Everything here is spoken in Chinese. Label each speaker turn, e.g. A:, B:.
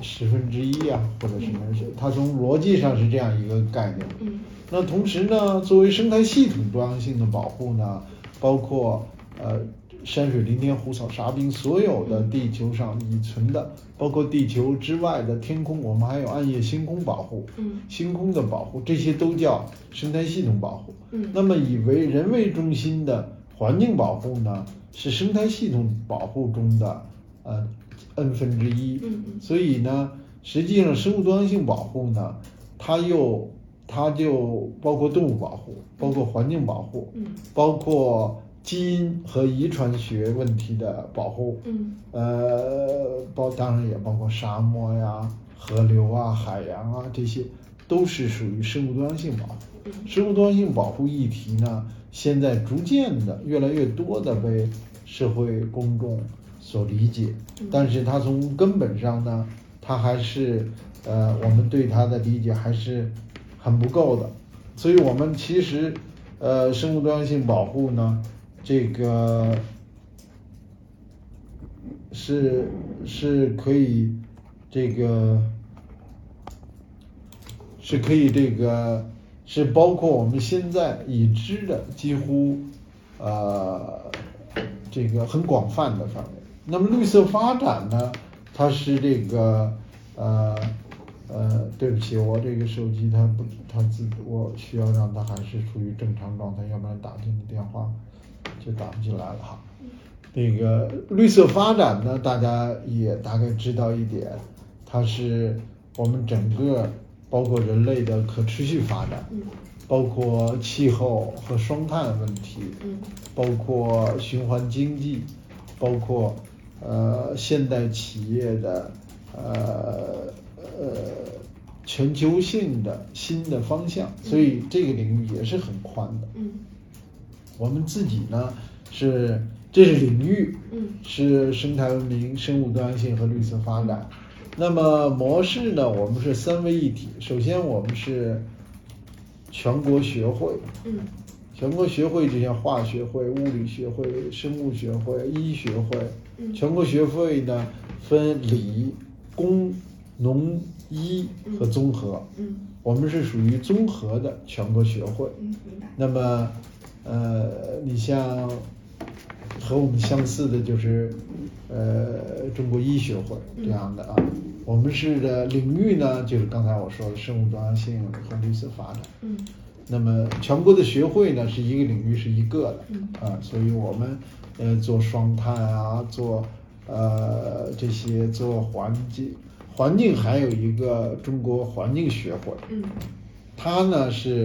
A: 十分之一啊，或者什么，它从逻辑上是这样一个概念。
B: 嗯
A: 那同时呢，作为生态系统多样性的保护呢，包括呃山水林田湖草沙冰，所有
B: 嗯
A: 的地球上已存的，包括地球之外的天空，我们还有暗夜星空保护，
B: 嗯
A: 星空的保护，这些都叫生态系统保护。
B: 嗯
A: 那么以为人为中心的环境保护呢，是生态系统保护中的呃 n 分之一。
B: 嗯嗯
A: 所以呢，实际上生物多样性保护呢，它又它就包括动物保护，包括环境保护，
B: 嗯
A: 包括基因和遗传学问题的保护，
B: 嗯
A: 呃，包当然也包括沙漠呀、河流啊、海洋啊这些，都是属于生物多样性保护。
B: 嗯
A: 生物多样性保护议题呢，现在逐渐的越来越多的被社会公众所理解，但是它从根本上呢，它还是呃，我们对它的理解还是很不够的，所以我们其实呃，生物多样性保护呢，这个是是可以这个是可以这个是包括我们现在已知的几乎呃这个很广泛的范围。那么绿色发展呢，它是这个呃呃，对不起，我这个手机它不它自我需要让它还是处于正常状态，要不然打进电话就打不进来了哈。那个绿色发展呢，大家也大概知道一点，它是我们整个包括人类的可持续发展，
B: 嗯
A: 包括气候和双碳问题，
B: 嗯
A: 包括循环经济，包括呃现代企业的呃呃全球性的新的方向，所以这个领域也是很宽的。
B: 嗯
A: 我们自己呢是这是领域，
B: 嗯
A: 是生态文明、生物多样性和绿色发展。那么模式呢，我们是三位一体。首先，我们是全国学会，
B: 嗯
A: 全国学会这些化学会、物理学会、生物学会、医学会，
B: 嗯
A: 全国学会呢分理、工、农、医和综合。
B: 嗯
A: 我们是属于综合的全国学会。
B: 嗯明白
A: 那么，呃，你像和我们相似的就是，呃，中国医学会这样的
B: 嗯
A: 啊。我们是的领域呢，就是刚才我说的生物多样性和绿色发展。
B: 嗯
A: 那么全国的学会呢，是一个领域是一个的，
B: 嗯
A: 啊，所以我们呃做双碳啊，做呃这些做环境，环境还有一个中国环境学会，
B: 嗯
A: 它呢是